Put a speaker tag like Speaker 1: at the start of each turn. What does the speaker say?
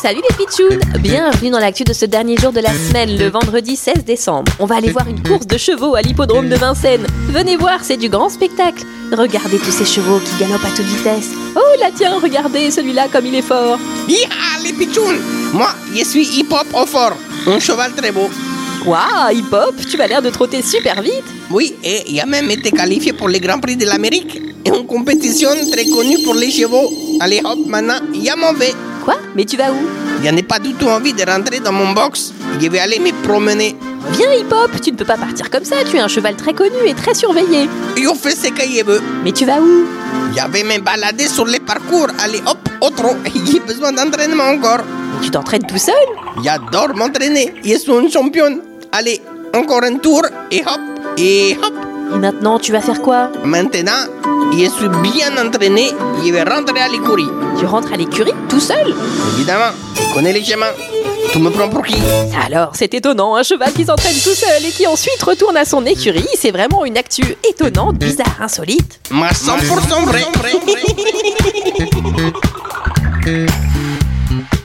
Speaker 1: Salut les pitchouns Bienvenue dans l'actu de ce dernier jour de la semaine, le vendredi 16 décembre. On va aller voir une course de chevaux à l'hippodrome de Vincennes. Venez voir, c'est du grand spectacle. Regardez tous ces chevaux qui galopent à toute vitesse. Oh là tiens, regardez celui-là comme il est fort.
Speaker 2: Hiha, les pitchouns Moi, je suis hip-hop au fort. Un cheval très beau.
Speaker 1: Waouh, hip-hop, tu as l'air de trotter super vite.
Speaker 2: Oui, et il a même été qualifié pour les Grands Prix de l'Amérique. Et une compétition très connue pour les chevaux. Allez hop, maintenant, il y a mon V.
Speaker 1: Quoi Mais tu vas où
Speaker 2: Je n'ai pas du tout envie de rentrer dans mon box. Je vais aller me promener.
Speaker 1: Viens hip-hop, tu ne peux pas partir comme ça, tu es un cheval très connu et très surveillé.
Speaker 2: Je fais ce que je veux.
Speaker 1: Mais tu vas où
Speaker 2: Je vais me balader sur les parcours. Allez hop, autre. J'ai besoin d'entraînement encore.
Speaker 1: Tu t'entraînes tout seul
Speaker 2: J'adore m'entraîner. Je suis une championne. Allez, encore un tour. Et hop, et hop.
Speaker 1: Et maintenant, tu vas faire quoi
Speaker 2: Maintenant, je suis bien entraîné. Je vais rentrer à l'écurie.
Speaker 1: Tu rentres à l'écurie tout seul
Speaker 2: Évidemment, je connais les chemins. Tu me prends pour qui
Speaker 1: Alors, c'est étonnant, un cheval qui s'entraîne tout seul et qui ensuite retourne à son écurie, c'est vraiment une actu étonnante, bizarre, insolite.
Speaker 2: Ma 100% vrai.